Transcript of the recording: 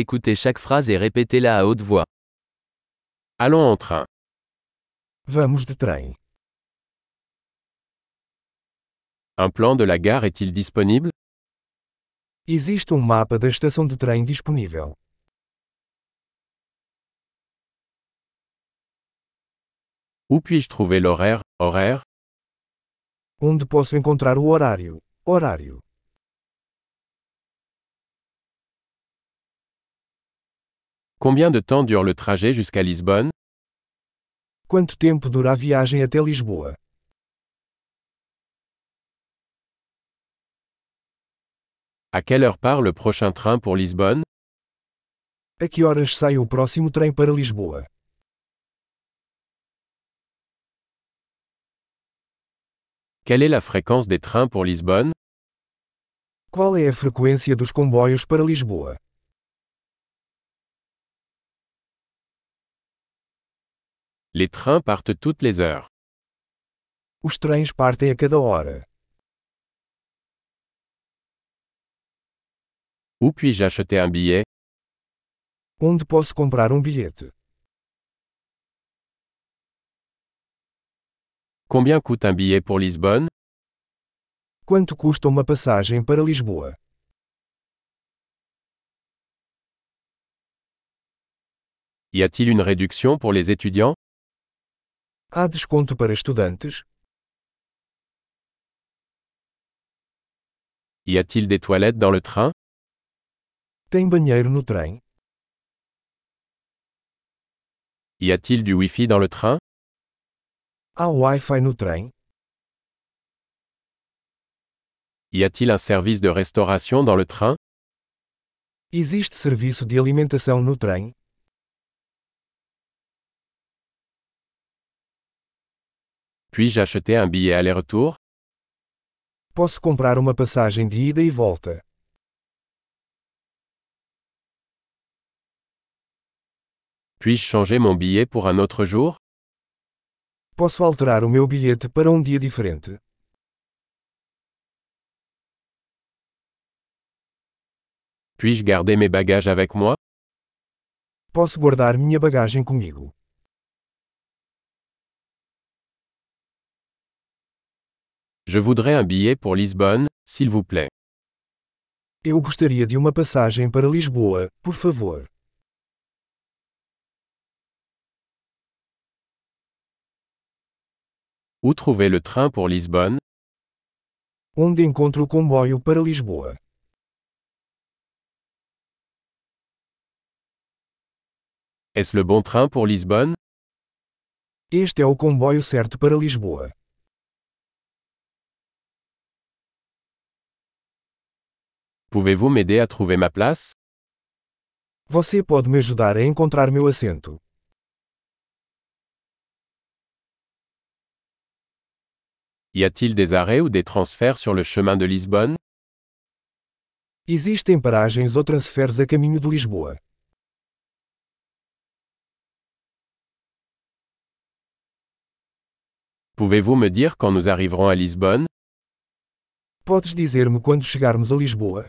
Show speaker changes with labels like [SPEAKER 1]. [SPEAKER 1] Écoutez chaque phrase et répétez-la à haute voix.
[SPEAKER 2] Allons en train.
[SPEAKER 3] Vamos de trem.
[SPEAKER 2] Un plan de la gare est-il disponible
[SPEAKER 3] Existe um mapa da estação de trem disponível.
[SPEAKER 2] Où puis-je trouver l'horaire Horaire
[SPEAKER 3] Onde posso encontrar o horário? Horário.
[SPEAKER 2] Combien de temps dure le trajet jusqu'à Lisbonne
[SPEAKER 3] Quanto tempo dura a viagem até Lisboa?
[SPEAKER 2] À quelle heure part le prochain train pour Lisbonne
[SPEAKER 3] A que horas sai o próximo trem para Lisboa?
[SPEAKER 2] Quelle est la fréquence des trains pour Lisbonne
[SPEAKER 3] Qual é a frequência dos comboios para Lisboa?
[SPEAKER 2] Les trains partent toutes les heures.
[SPEAKER 3] Os trens partem a cada hora.
[SPEAKER 2] Où puis-je acheter un billet
[SPEAKER 3] Onde posso comprar um bilhete?
[SPEAKER 2] Combien coûte un billet pour Lisbonne
[SPEAKER 3] Quanto custa uma passagem para Lisboa?
[SPEAKER 2] Y a-t-il une réduction pour les étudiants
[SPEAKER 3] Há desconto para estudantes?
[SPEAKER 2] Y a-t-il des toilettes dans le train
[SPEAKER 3] Tem banheiro no trem?
[SPEAKER 2] Y a-t-il du Wi-Fi dans le train
[SPEAKER 3] Há Wi-Fi no trem?
[SPEAKER 2] Y a-t-il un service de restauration dans le train
[SPEAKER 3] Existe serviço de alimentação no trem?
[SPEAKER 2] Puis-je acheter un billet aller-retour
[SPEAKER 3] Posso comprar uma passagem de ida e volta?
[SPEAKER 2] Puis-je changer mon billet pour un autre jour
[SPEAKER 3] Posso alterar o meu bilhete para um dia diferente?
[SPEAKER 2] Puis-je garder mes bagages avec moi
[SPEAKER 3] Posso guardar minha bagagem comigo?
[SPEAKER 2] Je voudrais un billet pour Lisbonne, s'il vous plaît.
[SPEAKER 3] Eu gostaria de uma passagem para Lisboa, por favor.
[SPEAKER 2] Où trouver le train pour Lisbonne
[SPEAKER 3] Onde encontro o comboio para Lisboa?
[SPEAKER 2] Est-ce le bon train pour Lisbonne
[SPEAKER 3] Este é o comboio certo para Lisboa.
[SPEAKER 2] Pouvez-vous m'aider à trouver ma place
[SPEAKER 3] Você pode me ajudar a encontrar meu assento.
[SPEAKER 2] Y a-t-il des arrêts ou des transferts sur le chemin de Lisbonne
[SPEAKER 3] Existem paragens ou transferes a caminho de Lisboa.
[SPEAKER 2] Pouvez-vous me dire quand nous arriverons à Lisbonne
[SPEAKER 3] Podes dizer-me quando chegarmos a Lisboa?